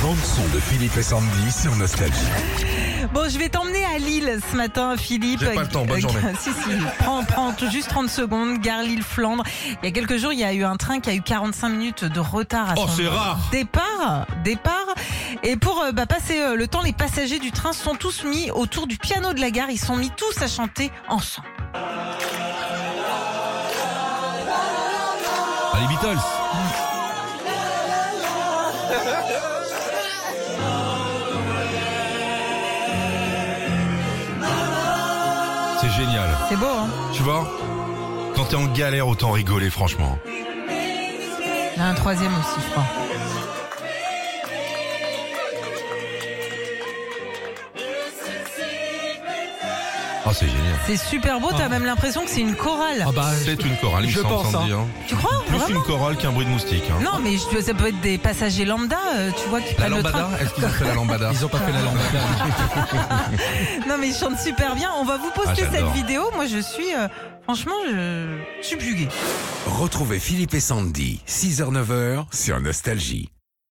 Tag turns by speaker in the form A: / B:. A: bande-son de Philippe et Sandy sur Nostalgie.
B: Bon, je vais t'emmener à Lille ce matin, Philippe.
A: J'ai pas le temps, bonne
B: Euh,
A: journée.
B: si, si, prends, prends tout juste 30 secondes, gare Lille-Flandre. Il y a quelques jours, il y a eu un train qui a eu 45 minutes de retard à
A: Oh,
B: son
A: c'est rare.
B: départ. Départ. Et pour euh, bah, passer euh, le temps, les passagers du train sont tous mis autour du piano de la gare. Ils sont mis tous à chanter ensemble.
A: Ah, les Beatles C'est génial.
B: C'est beau, hein
A: Tu vois Quand t'es en galère, autant rigoler, franchement.
B: Il y en a un troisième aussi, je crois.
A: Ah, c'est génial.
B: C'est super beau,
A: Ah.
B: t'as même l'impression que c'est une chorale.
C: bah,
A: C'est une chorale, il me
C: Je
A: semble,
C: pense,
A: Sandy, hein.
B: Tu crois
A: Plus
B: Vraiment
A: une chorale qu'un bruit de moustique. hein.
B: Non, mais je- ça peut être des passagers lambda, euh, tu vois, qui prennent le train.
A: Est-ce qu'ils ont fait la lambada
C: Ils ont pas fait la lambada.
B: Non mais ils chantent super bien. On va vous poster
A: Ah,
B: cette
A: j'adore.
B: vidéo. Moi je suis euh, franchement je subjuguée.
D: Retrouvez Philippe et Sandy, 6h-9h sur Nostalgie.